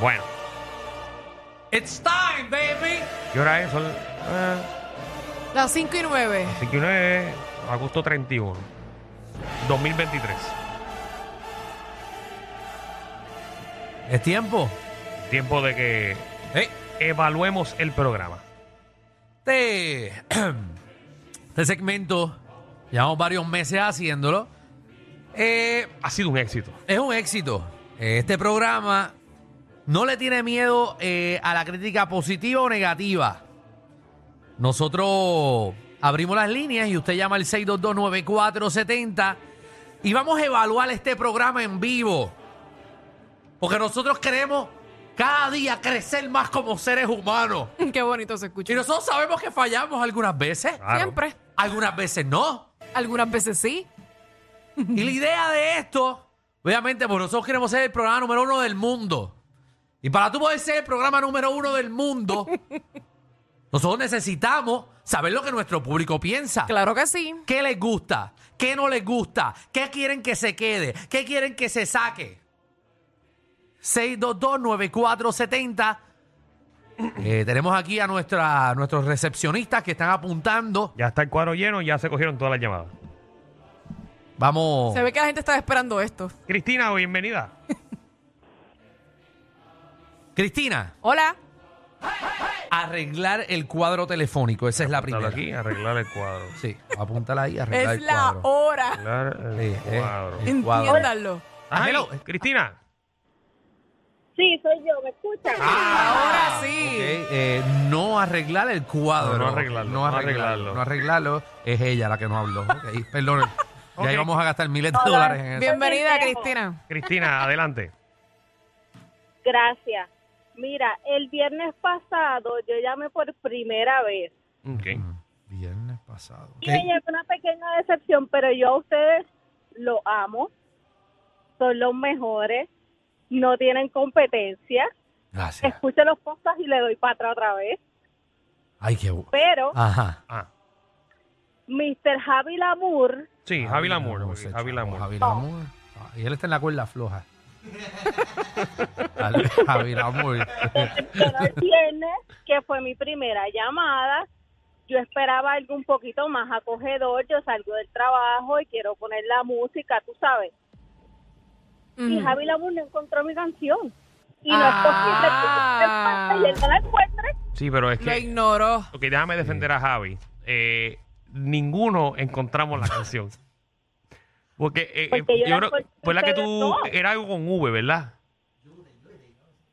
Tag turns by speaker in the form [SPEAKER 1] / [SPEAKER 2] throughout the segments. [SPEAKER 1] Bueno,
[SPEAKER 2] It's time, baby.
[SPEAKER 1] ¿qué hora es? Son eh,
[SPEAKER 3] Las 5 y 9.
[SPEAKER 1] 59, agosto 31, 2023.
[SPEAKER 2] Es tiempo.
[SPEAKER 1] Tiempo de que
[SPEAKER 2] Hey.
[SPEAKER 1] evaluemos el programa.
[SPEAKER 2] Este, este segmento, llevamos varios meses haciéndolo. Eh,
[SPEAKER 1] Ha sido un éxito.
[SPEAKER 2] es un éxito. Eh, Este programa no le tiene miedo eh, a la crítica positiva o negativa. Nosotros abrimos las líneas y usted llama al 6229470 y vamos a evaluar este programa en vivo. Porque nosotros queremos cada día crecer más como seres humanos.
[SPEAKER 3] Qué bonito se escucha.
[SPEAKER 2] Y nosotros sabemos que fallamos algunas veces,
[SPEAKER 1] Claro.
[SPEAKER 3] Siempre.
[SPEAKER 2] algunas veces no.
[SPEAKER 3] Algunas veces sí.
[SPEAKER 2] Y la idea de esto, obviamente, pues nosotros queremos ser el programa número uno del mundo. Y para tú poder ser el programa número uno del mundo, nosotros necesitamos saber lo que nuestro público piensa.
[SPEAKER 3] Claro que sí.
[SPEAKER 2] ¿Qué les gusta? ¿Qué no les gusta? ¿Qué quieren que se quede? ¿Qué quieren que se saque? 6229470. Eh, tenemos aquí a nuestra, nuestros recepcionistas que están apuntando.
[SPEAKER 1] Ya está el cuadro lleno, ya se cogieron todas las llamadas.
[SPEAKER 2] Vamos.
[SPEAKER 3] Se ve que la gente está esperando esto.
[SPEAKER 1] Cristina, bienvenida.
[SPEAKER 2] Cristina,
[SPEAKER 3] Hola.
[SPEAKER 2] arreglar el cuadro telefónico. Esa es la
[SPEAKER 1] Dale
[SPEAKER 2] primera.
[SPEAKER 1] aquí, arreglar el cuadro.
[SPEAKER 2] Sí, apúntala ahí, arreglar
[SPEAKER 3] Es
[SPEAKER 2] el
[SPEAKER 3] la
[SPEAKER 2] cuadro.
[SPEAKER 3] hora.
[SPEAKER 1] Arreglar el
[SPEAKER 2] Sí, eh.
[SPEAKER 1] cuadro.
[SPEAKER 2] El cuadro.
[SPEAKER 3] Entiéndanlo.
[SPEAKER 1] Ay,
[SPEAKER 2] Hello.
[SPEAKER 1] Cristina.
[SPEAKER 4] Sí, soy yo, ¿me escuchan?
[SPEAKER 3] Ahora sí.
[SPEAKER 2] Ok, eh, no arreglar el cuadro.
[SPEAKER 1] No, no arreglarlo,
[SPEAKER 2] No
[SPEAKER 1] no
[SPEAKER 2] arreglarlo.
[SPEAKER 1] arreglarlo.
[SPEAKER 2] No arreglarlo. Es ella la que nos habló. Ok, perdón. Ya
[SPEAKER 1] Ok.
[SPEAKER 2] íbamos a gastar miles de
[SPEAKER 4] Hola.
[SPEAKER 2] dólares en eso.
[SPEAKER 3] Bienvenida,
[SPEAKER 4] Eso es un
[SPEAKER 3] Cristina.
[SPEAKER 1] Cristina, adelante.
[SPEAKER 4] Gracias. Mira, el viernes pasado yo llamé por primera vez.
[SPEAKER 1] Ok.
[SPEAKER 2] Mm, Viernes pasado.
[SPEAKER 4] Y me llevé una pequeña decepción, pero yo a ustedes los amo. Son los mejores. No tienen competencia.
[SPEAKER 2] Gracias.
[SPEAKER 4] Escucho los postas y le doy para atrás otra vez.
[SPEAKER 2] Ay, qué bueno.
[SPEAKER 4] Pero
[SPEAKER 2] Ajá.
[SPEAKER 1] Ah,
[SPEAKER 4] Mr. Javi Lamour,
[SPEAKER 1] sí,
[SPEAKER 2] Ah,
[SPEAKER 1] Javi Lamour. ok,
[SPEAKER 2] se
[SPEAKER 1] Javi
[SPEAKER 2] chocó,
[SPEAKER 1] Lamour.
[SPEAKER 3] Oh.
[SPEAKER 2] Javi Lamour. Ah, y él está en la cuerda floja. Dale, Javi Lamour.
[SPEAKER 4] mencionó el viernes, que fue mi primera llamada. Yo esperaba algo un poquito más acogedor. Yo salgo del trabajo y quiero poner la música, tú sabes. y
[SPEAKER 3] Ujú.
[SPEAKER 4] Javi Lamour no encontró mi canción. Y
[SPEAKER 3] Ah.
[SPEAKER 4] no es posible que yo no la encuentre.
[SPEAKER 1] Sí, pero es
[SPEAKER 3] Lo
[SPEAKER 1] que.
[SPEAKER 3] ignoró.
[SPEAKER 1] Ok, déjame defender a Javi. Eh, ninguno encontramos la canción. Porque, eh,
[SPEAKER 4] Porque yo
[SPEAKER 1] yo
[SPEAKER 4] la
[SPEAKER 1] creo-
[SPEAKER 4] encontré
[SPEAKER 1] fue la que
[SPEAKER 4] ustedes
[SPEAKER 1] tú.
[SPEAKER 4] dos.
[SPEAKER 1] Era algo con V, ¿verdad?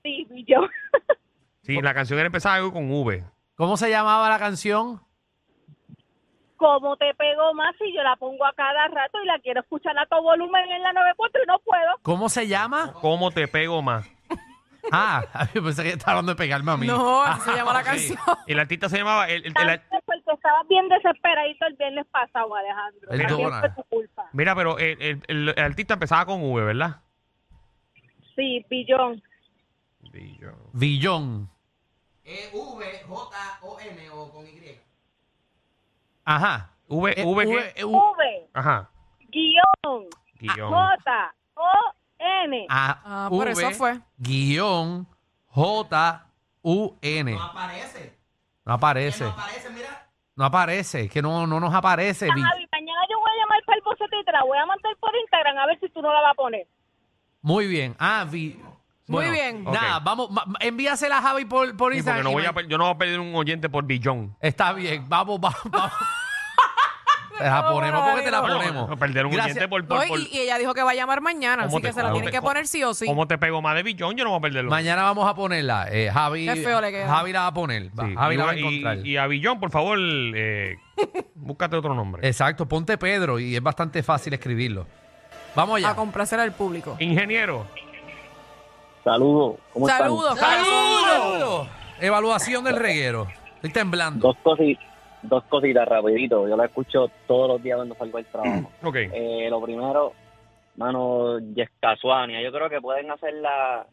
[SPEAKER 4] Sí, fui yo.
[SPEAKER 1] Sí, la canción era empezaba algo con V.
[SPEAKER 2] ¿Cómo se llamaba la canción?
[SPEAKER 4] Como te pego más y yo la pongo a cada rato y la quiero escuchar a todo volumen en la 94 y no puedo.
[SPEAKER 2] ¿Cómo se llama?
[SPEAKER 1] ¿Cómo te pego más?
[SPEAKER 2] Ah, yo pensé que estaba hablando de pegarme a mí. Ah,
[SPEAKER 3] No, así se llama la canción.
[SPEAKER 1] El artista se llamaba. El, el- el ar-
[SPEAKER 4] Tanto Porque estabas bien desesperadito el viernes pasado, Alejandro.
[SPEAKER 2] Perdona.
[SPEAKER 4] También fue tu culpa.
[SPEAKER 1] mira, pero el, el- el- el artista empezaba con V, ¿verdad?
[SPEAKER 4] Sí, Billón.
[SPEAKER 2] Villón.
[SPEAKER 5] E-V-J-O-N E, o con Y.
[SPEAKER 2] Ajá.
[SPEAKER 1] V,
[SPEAKER 2] Eh,
[SPEAKER 1] V, ¿qué?
[SPEAKER 2] eh, U-
[SPEAKER 4] V,
[SPEAKER 1] Ajá.
[SPEAKER 4] guión,
[SPEAKER 1] Uh. Guión.
[SPEAKER 4] J, O, N.
[SPEAKER 2] A,
[SPEAKER 3] Ah, por
[SPEAKER 2] V,
[SPEAKER 3] eso fue.
[SPEAKER 2] Guión J U N.
[SPEAKER 5] No aparece.
[SPEAKER 2] No
[SPEAKER 5] Que
[SPEAKER 2] aparece.
[SPEAKER 5] no aparece, mira.
[SPEAKER 2] No aparece. Es que no, no nos aparece. Vi-
[SPEAKER 4] Javi, mañana yo voy a llamar para el boceto y te la voy a mandar por Instagram a ver si tú no la vas a poner.
[SPEAKER 2] Muy bien. Ah, vi-
[SPEAKER 3] Muy
[SPEAKER 2] bueno,
[SPEAKER 3] bien.
[SPEAKER 2] Nada,
[SPEAKER 1] Ok.
[SPEAKER 2] vamos. ma- ma- Envíasela a Javi por, por
[SPEAKER 1] Sí, porque
[SPEAKER 2] Instagram.
[SPEAKER 1] no
[SPEAKER 2] y
[SPEAKER 1] voy a
[SPEAKER 2] ma-
[SPEAKER 1] per- yo no voy a perder un oyente por billón.
[SPEAKER 2] Está bien. Vamos, vamos, vamos. Te la
[SPEAKER 3] No,
[SPEAKER 2] ponemos
[SPEAKER 3] bueno,
[SPEAKER 2] porque te la
[SPEAKER 3] Danilo.
[SPEAKER 2] ponemos.
[SPEAKER 1] perder un
[SPEAKER 2] Gracias.
[SPEAKER 1] oyente por.
[SPEAKER 3] No,
[SPEAKER 1] por, por-
[SPEAKER 3] y, y ella dijo que va a llamar mañana,
[SPEAKER 1] ¿Cómo
[SPEAKER 3] así que
[SPEAKER 1] te-
[SPEAKER 3] se la
[SPEAKER 1] cómo
[SPEAKER 3] tienen
[SPEAKER 1] te-
[SPEAKER 3] que poner sí o sí.
[SPEAKER 1] ¿Cómo te pego más de billón? Yo no voy a perderlo.
[SPEAKER 2] Mañana vamos a ponerla. Eh, Javi,
[SPEAKER 3] Qué feo le queda.
[SPEAKER 2] Javi la va a poner.
[SPEAKER 1] Sí.
[SPEAKER 2] Va- Javi
[SPEAKER 1] y,
[SPEAKER 2] la va a
[SPEAKER 1] y-
[SPEAKER 2] encontrar.
[SPEAKER 1] y a Billón, por favor, eh, búscate otro
[SPEAKER 3] Eh.
[SPEAKER 1] nombre.
[SPEAKER 2] Exacto, ponte Pedro y es bastante fácil escribirlo. Vamos allá.
[SPEAKER 3] A complacer al público.
[SPEAKER 1] Ingeniero.
[SPEAKER 6] Saludos, ¿cómo están?
[SPEAKER 3] Saludos, corazón.
[SPEAKER 2] ¡Saludos! Evaluación del reguero. Estoy temblando.
[SPEAKER 6] Dos, cosi- dos cositas rapidito, yo la escucho todos los días cuando salgo del trabajo.
[SPEAKER 1] Ok.
[SPEAKER 6] Eh, lo primero, mano, Yescasuania, yo creo que pueden hacerla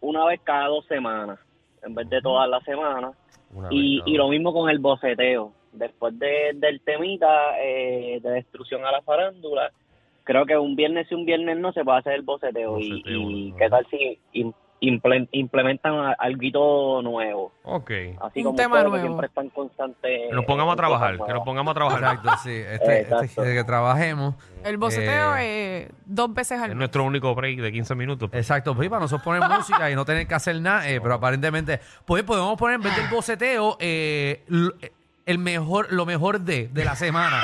[SPEAKER 6] una vez cada dos semanas, en vez de todas las semanas.
[SPEAKER 1] Una
[SPEAKER 6] Y,
[SPEAKER 1] vez,
[SPEAKER 6] y lo mismo con el boceteo. Después de- del temita eh, de destrucción a la farándula, creo que un viernes y un viernes no se puede hacer el boceteo. y-
[SPEAKER 1] Boceteo,
[SPEAKER 6] y
[SPEAKER 1] ¿no?
[SPEAKER 6] qué tal si im- imple- implementan a- algo nuevo.
[SPEAKER 1] Ok.
[SPEAKER 6] Así
[SPEAKER 3] Un
[SPEAKER 6] como
[SPEAKER 3] tema
[SPEAKER 6] ustedes que
[SPEAKER 3] nuevo.
[SPEAKER 6] siempre están constantes.
[SPEAKER 1] Que nos pongamos a
[SPEAKER 6] en cosas
[SPEAKER 1] trabajar, que nos
[SPEAKER 6] nuevas.
[SPEAKER 1] pongamos a trabajar.
[SPEAKER 2] Exacto, sí.
[SPEAKER 3] Eh,
[SPEAKER 2] Este, este-
[SPEAKER 6] Exacto.
[SPEAKER 2] que trabajemos.
[SPEAKER 3] El boceteo
[SPEAKER 2] Eh,
[SPEAKER 3] eh, dos veces al
[SPEAKER 1] Es
[SPEAKER 3] mes.
[SPEAKER 1] nuestro único break de 15 minutos.
[SPEAKER 2] Exacto, pues, para nosotros poner música y no tener que hacer nada, eh, pero aparentemente, pues podemos poner en vez del boceteo, eh, l- eh, el mejor, lo mejor de, de la semana.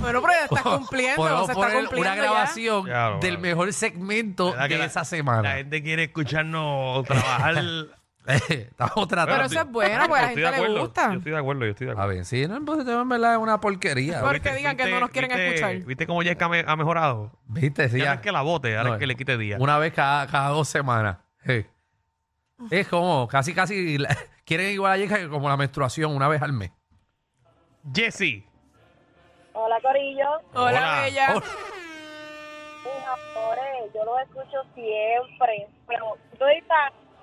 [SPEAKER 3] Bueno, pero ya está cumpliendo.
[SPEAKER 2] podemos
[SPEAKER 3] Se está
[SPEAKER 2] poner
[SPEAKER 3] cumpliendo
[SPEAKER 2] una
[SPEAKER 3] ya.
[SPEAKER 2] grabación
[SPEAKER 1] Ya lo-
[SPEAKER 2] del mejor segmento
[SPEAKER 1] ¿Verdad que
[SPEAKER 2] de
[SPEAKER 1] la-
[SPEAKER 2] esa
[SPEAKER 1] La
[SPEAKER 2] semana.
[SPEAKER 1] gente quiere escucharnos trabajar.
[SPEAKER 2] Estamos
[SPEAKER 3] Pero
[SPEAKER 2] tratando.
[SPEAKER 3] Ah, eso es bueno, porque
[SPEAKER 1] Yo
[SPEAKER 3] a la
[SPEAKER 1] estoy de
[SPEAKER 3] gente le
[SPEAKER 1] acuerdo,
[SPEAKER 3] gusta.
[SPEAKER 1] Yo estoy de acuerdo, yo estoy de
[SPEAKER 2] A
[SPEAKER 1] acuerdo.
[SPEAKER 2] ver, sí, no, el boceteo en verdad es una porquería.
[SPEAKER 3] Porque
[SPEAKER 1] ¿Viste-
[SPEAKER 3] digan que
[SPEAKER 1] viste-
[SPEAKER 3] no nos quieren
[SPEAKER 1] viste-
[SPEAKER 3] escuchar.
[SPEAKER 1] ¿Viste cómo Jessica me- ha mejorado?
[SPEAKER 2] ¿Viste? Sí,
[SPEAKER 1] Ya,
[SPEAKER 2] ya.
[SPEAKER 1] no es que la bote, ahora
[SPEAKER 2] No,
[SPEAKER 1] es que le quite día.
[SPEAKER 2] Una vez cada, cada dos semanas. Sí. Es como, casi, casi, la- quieren igual a Jessica como la menstruación una vez al mes.
[SPEAKER 1] Jessy.
[SPEAKER 4] Hola, Corillo.
[SPEAKER 3] Hola,
[SPEAKER 1] Hola.
[SPEAKER 3] bella.
[SPEAKER 2] Oh,
[SPEAKER 4] Mis amores, yo los escucho siempre, pero yo ahorita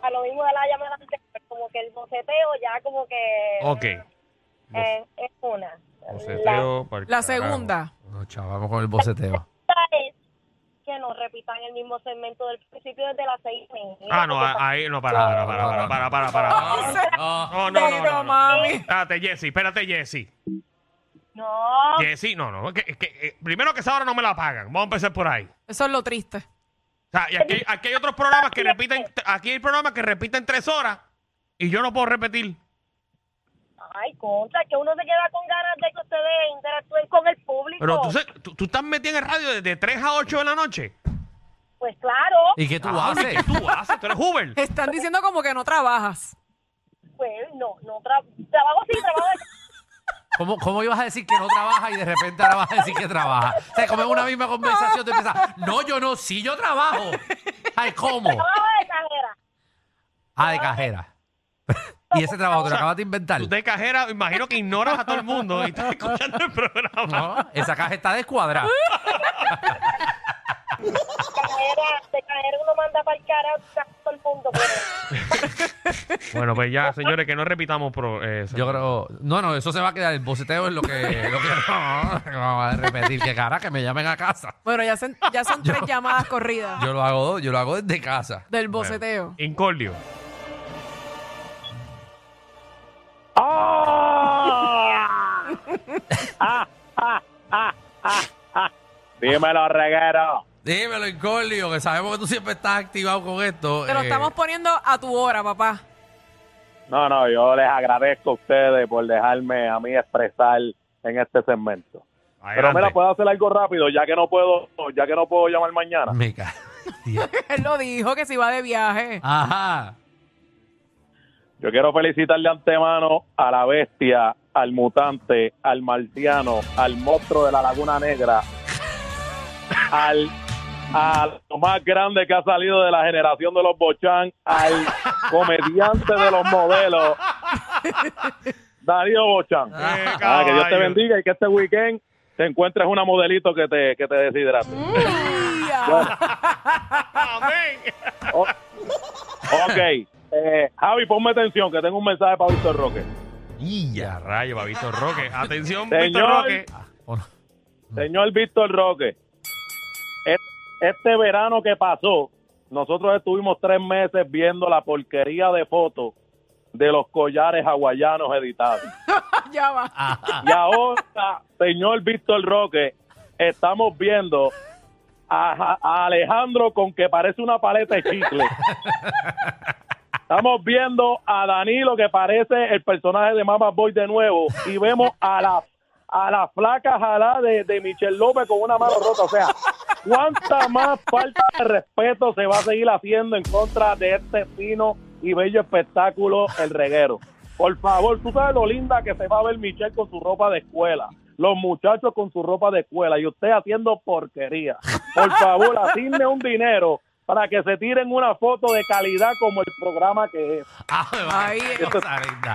[SPEAKER 4] a lo mismo de la llamada anterior, como que el boceteo ya como que
[SPEAKER 1] Ok.
[SPEAKER 4] eh, es una. La
[SPEAKER 1] Boceteo pa'l
[SPEAKER 3] La
[SPEAKER 1] carajo.
[SPEAKER 3] segunda.
[SPEAKER 2] no, chaval, vamos con el boceteo.
[SPEAKER 4] otra es que nos repitan el mismo segmento del principio desde las seis y media.
[SPEAKER 1] Ah, no,
[SPEAKER 4] porque
[SPEAKER 1] a- ahí no, para, para, para, para, para, para.
[SPEAKER 3] O
[SPEAKER 1] para.
[SPEAKER 3] sea,
[SPEAKER 2] No,
[SPEAKER 1] No, no, no, no,
[SPEAKER 3] Pero,
[SPEAKER 1] no.
[SPEAKER 3] mami.
[SPEAKER 1] Espérate, Jessy, espérate, Jessy.
[SPEAKER 3] Ah.
[SPEAKER 4] No,
[SPEAKER 1] Jessy, no, no. es que- es que, eh, primero que esa hora no me la pagan. Vamos a empezar por ahí.
[SPEAKER 3] Eso es lo triste.
[SPEAKER 1] O sea, y aquí, aquí hay otros programas que repiten, aquí hay programas que repiten tres horas y yo no puedo repetir.
[SPEAKER 4] ay, contra, que uno se queda con ganas de que ustedes interactúen con el público.
[SPEAKER 1] Pero tú, sabes- tú, tú estás metido en el radio desde 3 a 8 de la noche.
[SPEAKER 4] Pues claro,
[SPEAKER 2] ¿Y qué tú
[SPEAKER 1] Ah,
[SPEAKER 2] haces?
[SPEAKER 1] ¿Qué tú haces? Tú eres Uber.
[SPEAKER 3] Están diciendo como que no trabajas.
[SPEAKER 4] pues no, no, tra- trabajo sí, trabajo de-
[SPEAKER 2] ¿Cómo, ¿Cómo ibas a decir que no trabaja y de repente ahora vas a decir que trabaja? O sea, como es una misma conversación, te empiezas, no, yo no, sí, yo trabajo. Ay, ¿cómo?
[SPEAKER 4] trabajo de cajera.
[SPEAKER 2] Ah, de cajera. y ese trabajo te lo acabas de inventar.
[SPEAKER 1] Tú de cajera, imagino que ignoras a todo el mundo y estás escuchando el programa.
[SPEAKER 2] No, esa caja está descuadrada.
[SPEAKER 4] Cajera, de cajera uno manda para el carajo todo el mundo. pero-
[SPEAKER 1] Bueno, pues ya, señores, que no repitamos. Pro, eh,
[SPEAKER 2] Yo creo. No, no, eso se va a quedar. El boceteo es lo que. lo que no, que vamos a repetir. Que cara, que me llamen a casa.
[SPEAKER 3] Bueno, ya, son- ya son tres llamadas corridas
[SPEAKER 2] Yo lo hago, yo lo hago desde casa.
[SPEAKER 3] del boceteo.
[SPEAKER 1] Incordio.
[SPEAKER 7] Dímelo, reguero.
[SPEAKER 2] Dímelo, Incordio, que sabemos que tú siempre estás activado con esto.
[SPEAKER 3] Te lo
[SPEAKER 2] eh,
[SPEAKER 3] estamos poniendo a tu hora, papá.
[SPEAKER 7] No, no, yo les agradezco a ustedes por dejarme a mí expresar en este segmento. Pero
[SPEAKER 1] Adelante.
[SPEAKER 7] mira, puedo hacer algo rápido, ya que no puedo, ya que no puedo llamar mañana.
[SPEAKER 2] Me ca- Dios.
[SPEAKER 3] Él lo dijo que se iba de viaje.
[SPEAKER 2] Ajá.
[SPEAKER 7] Yo quiero felicitar de antemano a la bestia, al mutante, al marciano, al monstruo de la Laguna Negra, al a lo más grande que ha salido de la generación de los Bochán, al comediante de los modelos, Darío Bochán.
[SPEAKER 1] Eh,
[SPEAKER 7] Ah, que Dios te
[SPEAKER 1] caballo.
[SPEAKER 7] bendiga y que este weekend te encuentres una modelito que te, que te deshidrate.
[SPEAKER 3] Mm. Ya.
[SPEAKER 1] Amén.
[SPEAKER 7] O- Oh. ok. Eh, Javi, ponme atención que tengo un mensaje para Víctor Roque.
[SPEAKER 1] Y a rayo, va Víctor Roque. Atención,
[SPEAKER 7] Señor.
[SPEAKER 1] Víctor Roque.
[SPEAKER 2] Oh, no.
[SPEAKER 7] Señor Víctor Roque, e- este verano que pasó, nosotros estuvimos tres meses viendo la porquería de fotos de los collares hawaianos editados.
[SPEAKER 3] ya va.
[SPEAKER 2] Ajá.
[SPEAKER 7] Y ahora, señor Víctor Roque, estamos viendo a, Ja- a Alejandro con que parece una paleta de chicle. Estamos viendo a Danilo que parece el personaje de Mama Boy de nuevo y vemos a la a la flaca jalá de, de Michelle López con una mano rota. O sea, ¿cuánta más falta de respeto se va a seguir haciendo en contra de este fino y bello espectáculo, el reguero? Por favor, tú sabes lo linda que se va a ver Michelle con su ropa de escuela, los muchachos con su ropa de escuela y usted haciendo porquería. Por favor, asigne un dinero para que se tiren una foto de calidad como el programa que es.
[SPEAKER 2] Ah, me va.
[SPEAKER 3] Ahí
[SPEAKER 2] qué
[SPEAKER 3] es.
[SPEAKER 2] cosa linda.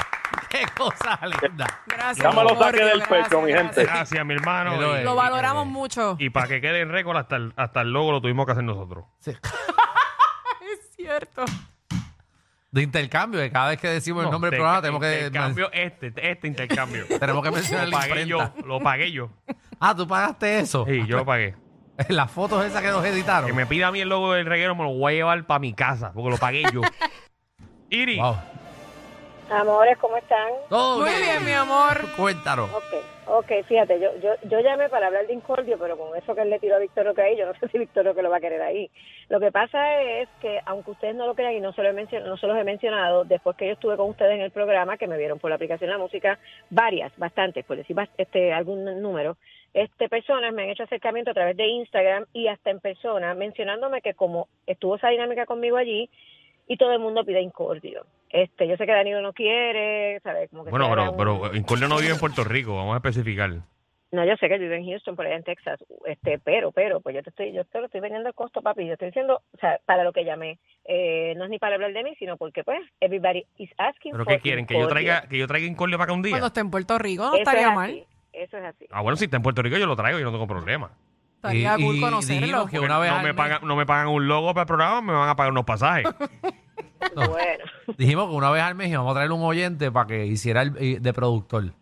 [SPEAKER 2] Qué cosa linda.
[SPEAKER 3] Gracias.
[SPEAKER 7] Ya me lo
[SPEAKER 3] Jorge,
[SPEAKER 7] saqué del
[SPEAKER 3] gracias,
[SPEAKER 7] pecho, mi
[SPEAKER 3] gracias.
[SPEAKER 7] gente.
[SPEAKER 1] Gracias, mi hermano.
[SPEAKER 2] Pero,
[SPEAKER 1] Y-
[SPEAKER 2] eh,
[SPEAKER 3] Lo valoramos mucho.
[SPEAKER 1] Y, para que quede en récord, hasta el, hasta el logo lo tuvimos que hacer nosotros.
[SPEAKER 2] Sí.
[SPEAKER 3] Es cierto.
[SPEAKER 2] De intercambio, que cada vez que decimos el nombre del programa tenemos que,
[SPEAKER 1] Intercambio este, este intercambio.
[SPEAKER 2] tenemos que mencionar
[SPEAKER 1] lo
[SPEAKER 2] la
[SPEAKER 1] pagué yo.
[SPEAKER 2] imprenta.
[SPEAKER 1] Lo pagué yo.
[SPEAKER 2] Ah, tú pagaste eso.
[SPEAKER 1] Sí, yo lo pagué.
[SPEAKER 2] Las fotos esas que nos editaron.
[SPEAKER 1] Que me pida a mí el logo del reguero, me lo voy a llevar para mi casa, porque lo pagué yo. Iri,
[SPEAKER 2] Wow.
[SPEAKER 4] Amores, ¿cómo están?
[SPEAKER 2] Todo
[SPEAKER 3] Muy bien, mi amor.
[SPEAKER 2] Cuéntanos.
[SPEAKER 4] Ok, ok, fíjate, yo, yo, yo llamé para hablar de Incordio, pero con eso que él le tiró a Víctor Roque ahí, yo no sé si Víctor Roque lo va a querer ahí. Lo que pasa es que, aunque ustedes no lo crean y no se, lo he mencio- no se los he mencionado, después que yo estuve con ustedes en el programa, que me vieron por la aplicación de la música, varias, bastantes, por decir bas- este, algún número, este personas me han hecho acercamiento a través de Instagram y hasta en persona, mencionándome que como estuvo esa dinámica conmigo allí, y todo el mundo pide Incordio. Este, yo sé que Danilo no quiere, ¿sabes? Como que
[SPEAKER 1] Bueno,
[SPEAKER 4] sea
[SPEAKER 1] pero,
[SPEAKER 4] un-
[SPEAKER 1] pero Incordio no vive en Puerto Rico, vamos a especificar.
[SPEAKER 4] no, yo sé que él vive en Houston, por allá en Texas, este, pero, pero, pues yo te estoy, yo te lo estoy vendiendo el costo, papi, yo estoy diciendo, o sea, para lo que llamé, eh, no es ni para hablar de mí, sino porque, pues, everybody is asking
[SPEAKER 1] ¿Pero
[SPEAKER 4] for
[SPEAKER 1] qué quieren? ¿Que yo
[SPEAKER 4] Incordia.
[SPEAKER 1] traiga que yo traiga Incordio para acá un
[SPEAKER 3] Cuando
[SPEAKER 1] día?
[SPEAKER 3] esté en Puerto Rico, no
[SPEAKER 4] Eso
[SPEAKER 3] estaría
[SPEAKER 4] es
[SPEAKER 3] mal.
[SPEAKER 4] así, Eso es así.
[SPEAKER 1] Ah, bueno, si está en Puerto Rico yo lo traigo, yo no tengo problema.
[SPEAKER 3] Estaría
[SPEAKER 2] Y- y
[SPEAKER 3] cool conocerlo.
[SPEAKER 2] dijimos que una vez
[SPEAKER 1] no,
[SPEAKER 2] al
[SPEAKER 1] me
[SPEAKER 2] mes-
[SPEAKER 1] pagan, no me pagan un logo para el programa, me van a pagar unos pasajes.
[SPEAKER 2] No.
[SPEAKER 4] Bueno.
[SPEAKER 2] Dijimos que una vez al mes íbamos a traer un oyente para que hiciera el, eh, de productor.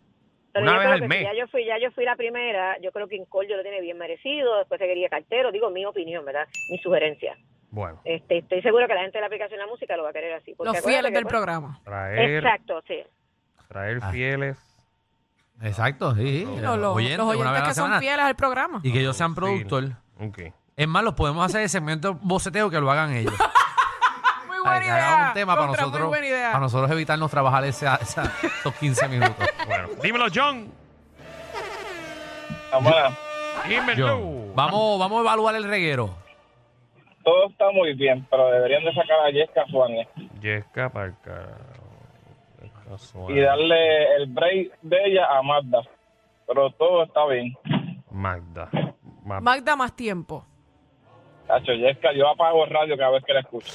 [SPEAKER 4] Pero
[SPEAKER 1] Una
[SPEAKER 4] yo
[SPEAKER 1] vez
[SPEAKER 4] creo
[SPEAKER 1] al
[SPEAKER 4] que
[SPEAKER 1] mes.
[SPEAKER 4] si Ya yo fui, ya yo fui la primera, yo creo que Incordio lo tiene bien merecido, después seguiría Cartero, digo mi opinión, ¿verdad? Mi sugerencia.
[SPEAKER 1] Bueno,
[SPEAKER 4] Este, estoy seguro que la gente de la aplicación de la música lo va a querer así. porque
[SPEAKER 3] Los
[SPEAKER 4] acuérdate
[SPEAKER 3] fieles
[SPEAKER 4] que,
[SPEAKER 3] del
[SPEAKER 4] pues,
[SPEAKER 3] programa.
[SPEAKER 1] traer,
[SPEAKER 4] Exacto, sí.
[SPEAKER 1] traer
[SPEAKER 2] Ah.
[SPEAKER 1] fieles.
[SPEAKER 2] Exacto, sí.
[SPEAKER 1] Los-
[SPEAKER 2] eh,
[SPEAKER 3] Los, los-
[SPEAKER 2] oyente,
[SPEAKER 3] los
[SPEAKER 2] una vez a
[SPEAKER 3] oyentes
[SPEAKER 2] la
[SPEAKER 3] que son
[SPEAKER 2] semana.
[SPEAKER 3] fieles al programa.
[SPEAKER 2] Y que ellos sean productor.
[SPEAKER 1] Ok.
[SPEAKER 2] Es más, los podemos hacer el segmento boceteo que lo hagan ellos.
[SPEAKER 3] Muy
[SPEAKER 2] Para
[SPEAKER 3] buena
[SPEAKER 2] que hagan
[SPEAKER 3] idea.
[SPEAKER 2] un tema para
[SPEAKER 3] Contra,
[SPEAKER 2] nosotros,
[SPEAKER 3] Muy buena idea.
[SPEAKER 2] para nosotros evitarnos trabajar esa- esa- esos 15 minutos.
[SPEAKER 1] Bueno, dímelo, John.
[SPEAKER 8] Amara,
[SPEAKER 1] Dímelo.
[SPEAKER 2] John, vamos, vamos a evaluar el reguero.
[SPEAKER 8] todo está muy bien, pero deberían de sacar a Jessica Suárez
[SPEAKER 1] Yesca para el carajo. Yesca Suárez.
[SPEAKER 8] y darle el break de ella a Magda. Pero todo está bien.
[SPEAKER 1] Magda. Ma-
[SPEAKER 3] Magda más tiempo.
[SPEAKER 8] Cacho, Jessica, yo apago el radio cada vez que la escucho.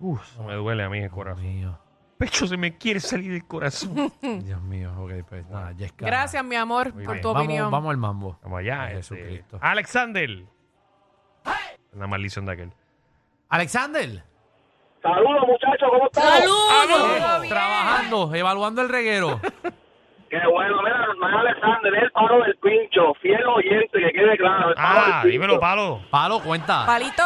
[SPEAKER 1] Uf, me duele a mí el corazón.
[SPEAKER 2] mío,
[SPEAKER 1] Pecho se me quiere salir del corazón.
[SPEAKER 6] Hmm.
[SPEAKER 2] Dios mío. Ok, pues nada, Jessica.
[SPEAKER 3] Gracias, mi amor,
[SPEAKER 1] Muy
[SPEAKER 3] por
[SPEAKER 1] bien.
[SPEAKER 3] tu
[SPEAKER 2] Vamos,
[SPEAKER 3] opinión.
[SPEAKER 2] vamos al mambo.
[SPEAKER 1] Vamos allá.
[SPEAKER 2] Ay,
[SPEAKER 1] este,
[SPEAKER 2] Jesucristo.
[SPEAKER 1] Alexander. La maldición de aquel.
[SPEAKER 2] Alexander,
[SPEAKER 6] Saludos, muchachos, ¿cómo están?
[SPEAKER 3] ¡Saludos!
[SPEAKER 2] eh, trabajando, evaluando el reguero.
[SPEAKER 6] Qué bueno, mira, no es Alexander, es el paro del pincho, fiel oyente, que quede claro. el palo
[SPEAKER 1] Ah,
[SPEAKER 6] del pincho.
[SPEAKER 1] dímelo, palo.
[SPEAKER 2] Palo, cuenta.
[SPEAKER 3] Palito.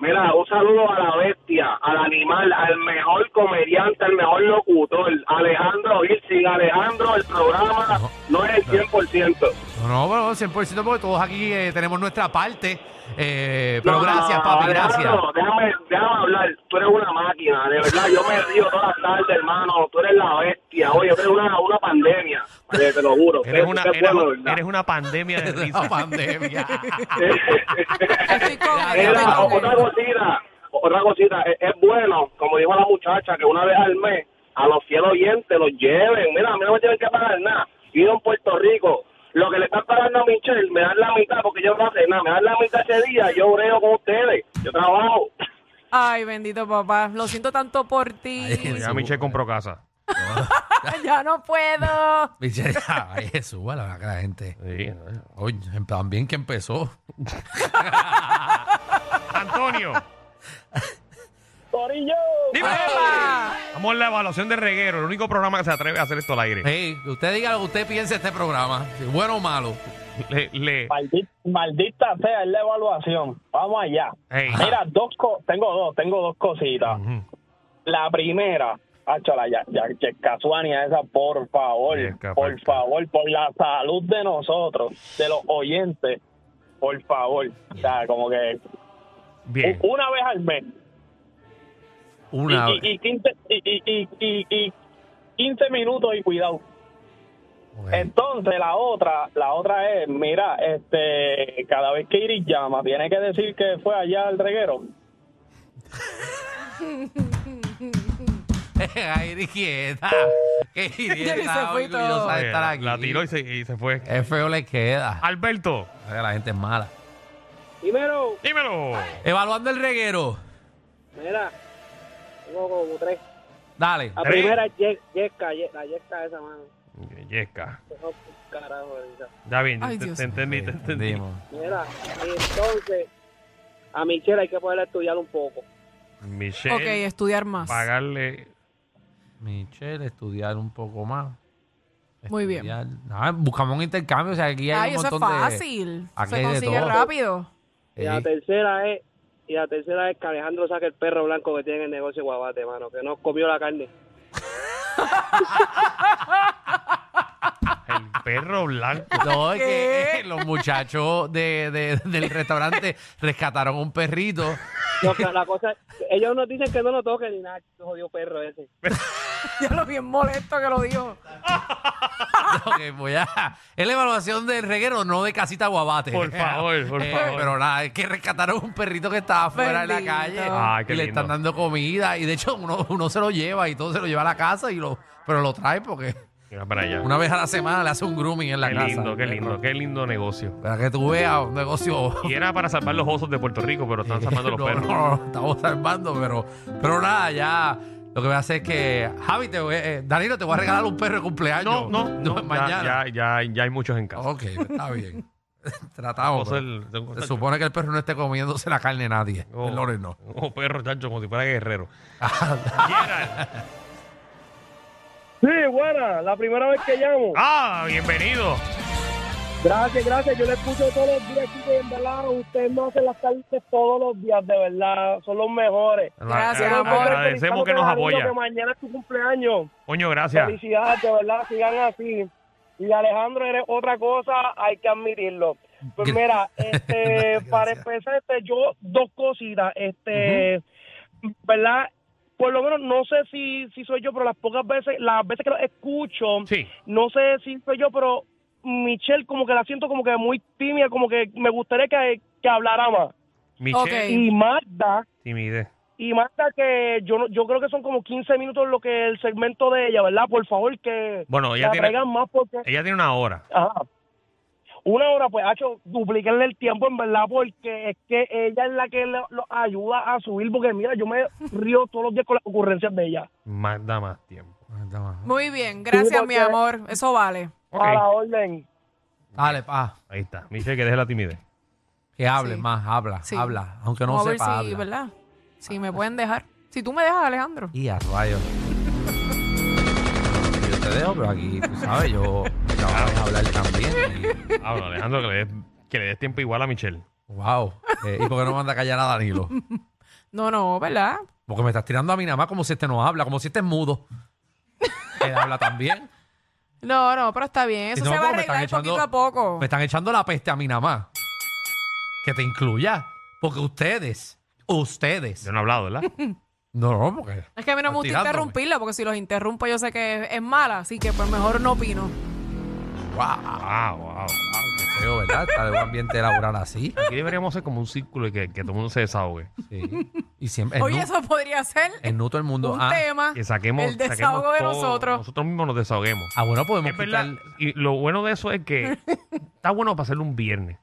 [SPEAKER 6] Mira, un saludo a la bestia, al animal, al mejor comediante, al mejor locutor, Alejandro Gil. Sin Alejandro, el programa no es el 100%.
[SPEAKER 2] No, no, bueno, 100% porque todos aquí eh, tenemos nuestra parte. Eh, pero gracias,
[SPEAKER 6] No,
[SPEAKER 2] papi,
[SPEAKER 6] Alejandro,
[SPEAKER 2] gracias.
[SPEAKER 6] Déjame, déjame hablar. Tú eres una máquina, de verdad. Yo me río todas las tardes, hermano. Tú eres la bestia. Oye, eres una, una pandemia. Te, te lo juro.
[SPEAKER 1] Eres una,
[SPEAKER 6] Usted es
[SPEAKER 1] eres,
[SPEAKER 6] bueno, de verdad.
[SPEAKER 1] eres una pandemia de
[SPEAKER 2] La
[SPEAKER 1] risa.
[SPEAKER 2] pandemia.
[SPEAKER 3] Estoy con él,
[SPEAKER 6] Mira,
[SPEAKER 3] estoy con
[SPEAKER 6] otra
[SPEAKER 3] él.
[SPEAKER 6] cosita, otra cosita, es, es bueno, como dijo la muchacha, que una vez al mes a los fieles oyentes los lleven, mira, a mí no me tienen que pagar nada, yo vivo en Puerto Rico, lo que le están pagando a Michelle, me dan la mitad, porque yo no hace nada, me dan la mitad ese día, yo brego con ustedes, yo trabajo.
[SPEAKER 3] Ay, bendito papá. Lo siento tanto por
[SPEAKER 2] Ay,
[SPEAKER 3] ti.
[SPEAKER 1] Ya Michelle compró casa.
[SPEAKER 3] ya no puedo.
[SPEAKER 2] Biche, ya, ay, Jesús, bueno, acá la gente.
[SPEAKER 1] Sí.
[SPEAKER 2] Oye, también que empezó.
[SPEAKER 1] Antonio.
[SPEAKER 7] Corillo.
[SPEAKER 1] Dímelo. Vamos a la evaluación de reguero. El único programa que se atreve a hacer esto al aire.
[SPEAKER 2] Hey, usted diga lo que usted piense de este programa, si bueno o malo.
[SPEAKER 1] Le, le-
[SPEAKER 8] Maldi- maldita sea es la evaluación. Vamos allá.
[SPEAKER 1] Ey.
[SPEAKER 8] Mira, dos co- tengo dos, tengo dos cositas.
[SPEAKER 1] Ujú.
[SPEAKER 8] La primera, achala, ya, ya, ya, Casuania, esa, por favor,
[SPEAKER 1] Yesca,
[SPEAKER 8] por
[SPEAKER 1] Parker.
[SPEAKER 8] favor, por la salud de nosotros, de los oyentes, por favor. O sea, como que
[SPEAKER 1] Bien.
[SPEAKER 8] u- una vez al mes.
[SPEAKER 2] Una
[SPEAKER 8] y, y, y, 15, y, y, y, y, y 15 minutos y cuidado.
[SPEAKER 2] Ok.
[SPEAKER 8] Entonces, la otra, la otra es, mira, este, cada vez que Iris llama, tiene que decir que fue allá al reguero.
[SPEAKER 2] Ay, Iriquieta. Qué
[SPEAKER 3] eh, se
[SPEAKER 2] Iriquieta
[SPEAKER 3] fue todo.
[SPEAKER 2] orgullosa de estar aquí.
[SPEAKER 1] Eh, La tiró y se, y se fue.
[SPEAKER 2] Es feo le queda.
[SPEAKER 1] Alberto.
[SPEAKER 2] Ay, La gente es mala.
[SPEAKER 6] Primero,
[SPEAKER 1] Dímelo.
[SPEAKER 2] Evaluando el reguero.
[SPEAKER 6] mira, tengo como tres,
[SPEAKER 2] Dale.
[SPEAKER 3] Ah,
[SPEAKER 1] ¿Tres? primera
[SPEAKER 6] Yesca, la Yesca esa mano,
[SPEAKER 1] Yesca.
[SPEAKER 6] carajo,
[SPEAKER 1] Ya bien,
[SPEAKER 3] Ay,
[SPEAKER 1] te,
[SPEAKER 3] Dios.
[SPEAKER 1] te entendí, te entendí.
[SPEAKER 2] Entendimos.
[SPEAKER 6] mira, entonces, a Michelle hay que poderla estudiar un poco.
[SPEAKER 1] Michelle,
[SPEAKER 3] Ok, estudiar más.
[SPEAKER 1] pagarle
[SPEAKER 2] Michelle, estudiar un poco más.
[SPEAKER 3] Muy bien.
[SPEAKER 2] Ya, nada, buscamos un intercambio. O sea, aquí hay
[SPEAKER 3] Ay,
[SPEAKER 2] un
[SPEAKER 3] eso es
[SPEAKER 2] montón de. Eh,
[SPEAKER 3] fácil.
[SPEAKER 2] aquí hay
[SPEAKER 3] Se
[SPEAKER 2] de
[SPEAKER 3] consigue
[SPEAKER 2] todo.
[SPEAKER 3] rápido.
[SPEAKER 2] Sí.
[SPEAKER 7] Y la tercera es y la tercera es que Alejandro saque el perro blanco que tiene en el negocio de Guabate, mano, que no comió la carne.
[SPEAKER 1] El perro blanco.
[SPEAKER 2] No, es que eh, los muchachos de, de- del restaurante rescataron un perrito.
[SPEAKER 7] No, que la cosa, ellos nos dicen que no lo toquen ni nada, jodido perro ese.
[SPEAKER 3] Ya lo bien molesto que lo dijo.
[SPEAKER 2] Ok, voy a- es la evaluación del reguero, no de casita guabate. Eh,
[SPEAKER 1] Por favor, por favor.
[SPEAKER 2] Pero nada, es que rescataron un perrito que estaba fuera en la
[SPEAKER 3] Bendito.
[SPEAKER 2] calle.
[SPEAKER 1] Ay, Ah, qué
[SPEAKER 2] y le
[SPEAKER 1] lindo.
[SPEAKER 2] están dando comida. Y de hecho, uno, uno se lo lleva y todo se lo lleva a la casa, y lo, pero lo trae porque
[SPEAKER 1] Mira para allá.
[SPEAKER 2] una vez a la semana le hace un grooming en la
[SPEAKER 1] Qué
[SPEAKER 2] casa. eh,
[SPEAKER 1] lindo, qué lindo, qué lindo negocio.
[SPEAKER 2] Para que tú veas un negocio
[SPEAKER 1] Y era para salvar los osos de Puerto Rico, pero están salvando los
[SPEAKER 2] no,
[SPEAKER 1] perros.
[SPEAKER 2] no, no, estamos salvando, pero, pero nada, ya. Lo que voy a hacer es que, Javi, te voy, eh, Danilo, te voy a regalar un perro de cumpleaños.
[SPEAKER 1] No, no, no, ya-
[SPEAKER 2] mañana.
[SPEAKER 1] Ya, ya, ya hay muchos en casa.
[SPEAKER 2] Ok, está bien. Tratamos.
[SPEAKER 1] Oso
[SPEAKER 2] pero
[SPEAKER 1] el- tengo-
[SPEAKER 2] Se supone que el perro no esté comiéndose la carne de nadie.
[SPEAKER 1] Oh.
[SPEAKER 2] El Lore no.
[SPEAKER 1] Oh, perro, chancho, como si fuera guerrero. Gerald.
[SPEAKER 4] Sí, buena, la primera vez que llamo.
[SPEAKER 1] Ah, bienvenido.
[SPEAKER 4] Gracias, gracias. Yo le escucho todos los días aquí, en verdad. Ustedes no hacen las tardes todos los días, de verdad. Son los mejores.
[SPEAKER 3] Gracias,
[SPEAKER 1] Agra-
[SPEAKER 3] amor.
[SPEAKER 1] Agradecemos que nos apoya.
[SPEAKER 4] Que mañana es tu cumpleaños.
[SPEAKER 1] Coño, gracias.
[SPEAKER 4] Felicidades, de verdad. Sigan así. Y Alejandro, eres otra cosa, hay que admitirlo. Pues
[SPEAKER 2] Gra-
[SPEAKER 4] mira, este,
[SPEAKER 2] Gracias.
[SPEAKER 4] para empezar, este, yo dos cositas. Este, ¿verdad? Por lo menos, no sé si, si soy yo, pero las pocas veces, las veces que lo escucho,
[SPEAKER 1] Sí.
[SPEAKER 4] no sé si soy yo, pero Michelle como que la siento como que muy tímida, como que me gustaría que, que hablara más.
[SPEAKER 1] Michelle,
[SPEAKER 3] Ok.
[SPEAKER 4] Y Magda,
[SPEAKER 1] timidez.
[SPEAKER 4] y Magda que yo no- yo creo que son como 15 minutos lo que el segmento de ella, ¿verdad? Por favor, que
[SPEAKER 1] Bueno, ella
[SPEAKER 4] la
[SPEAKER 1] tiene-
[SPEAKER 4] traigan más porque...
[SPEAKER 1] Ella tiene una hora.
[SPEAKER 4] Ajá. Una hora, pues, hacho, dupliquenle el tiempo, en verdad, porque es que ella es la que lo, lo ayuda a subir, porque mira, yo me río todos los días con las ocurrencias de ella.
[SPEAKER 1] Más da más tiempo.
[SPEAKER 3] Muy bien, gracias, mi
[SPEAKER 4] porque-
[SPEAKER 3] amor. Eso vale.
[SPEAKER 1] Ok.
[SPEAKER 4] A la orden.
[SPEAKER 2] Dale, pa.
[SPEAKER 1] Ahí está. Michelle, que deje la timidez.
[SPEAKER 2] Que hable
[SPEAKER 3] Sí.
[SPEAKER 2] más, habla,
[SPEAKER 3] Sí.
[SPEAKER 2] habla. Aunque no
[SPEAKER 3] Vamos a ver
[SPEAKER 2] sepa,
[SPEAKER 3] si,
[SPEAKER 2] habla.
[SPEAKER 3] ¿verdad? Si me pueden dejar. Si tú me dejas, Alejandro.
[SPEAKER 2] Y a rayos. Yo te dejo, pero aquí, tú sabes, yo acabo de hablar también. y-
[SPEAKER 1] Ah, bueno, Alejandro, que le des, que le des tiempo igual a Michelle.
[SPEAKER 2] wow. Eh, ¿Y por qué no manda a callar a Danilo?
[SPEAKER 3] No, no, ¿verdad?
[SPEAKER 2] Porque me estás tirando a mí nada más como si este no habla, como si este es mudo. Él habla también.
[SPEAKER 3] No, no, pero está bien. Eso
[SPEAKER 2] Si no,
[SPEAKER 3] se va a
[SPEAKER 2] como me están
[SPEAKER 3] arreglar
[SPEAKER 2] echando-
[SPEAKER 3] poquito a poco.
[SPEAKER 2] Me están echando la peste a mí nada más. Que te incluya. Porque ustedes, ustedes.
[SPEAKER 1] Yo no he hablado, ¿verdad?
[SPEAKER 2] No, no, porque.
[SPEAKER 3] Es que a mí no me gusta
[SPEAKER 2] Tirándome.
[SPEAKER 3] interrumpirla porque si los interrumpo yo sé que es, es mala, así que pues mejor no opino.
[SPEAKER 2] ¡Wow!
[SPEAKER 1] Ah, wow.
[SPEAKER 2] qué feo, ¿verdad? Estar en un ambiente laboral así.
[SPEAKER 1] Aquí deberíamos hacer como un círculo y que, que todo el mundo se desahogue.
[SPEAKER 2] Sí. Y siempre.
[SPEAKER 3] Oye,
[SPEAKER 2] en nu-
[SPEAKER 3] eso podría ser
[SPEAKER 2] en nu todo el mundo.
[SPEAKER 3] un
[SPEAKER 2] ah,
[SPEAKER 3] tema.
[SPEAKER 1] Que saquemos.
[SPEAKER 3] el
[SPEAKER 1] saquemos
[SPEAKER 3] desahogo de
[SPEAKER 1] todo.
[SPEAKER 3] nosotros.
[SPEAKER 1] Nosotros mismos nos desahoguemos.
[SPEAKER 2] ah, bueno, podemos
[SPEAKER 1] Es verdad.
[SPEAKER 2] quitar,
[SPEAKER 1] Y lo bueno de eso es que está bueno para hacerlo un viernes.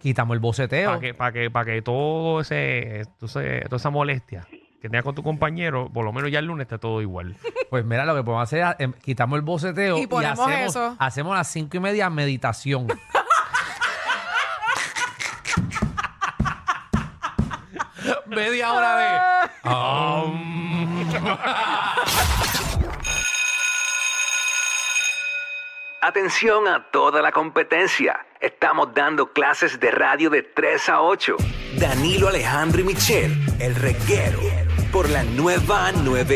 [SPEAKER 2] quitamos el boceteo.
[SPEAKER 1] Para que, para que, para que todo ese, entonces, toda esa molestia que tengas con tu compañero, por lo menos ya el lunes está todo igual.
[SPEAKER 2] Pues mira, lo que podemos hacer es em, quitamos el boceteo
[SPEAKER 3] Y
[SPEAKER 2] y,
[SPEAKER 3] ponemos
[SPEAKER 2] hacemos,
[SPEAKER 3] eso.
[SPEAKER 2] hacemos a las cinco y media meditación. media hora de.
[SPEAKER 6] Atención a toda la competencia. Estamos dando clases de radio de 3 a 8. Danilo Alejandro y Michelle, el reguero, por la nueva 9.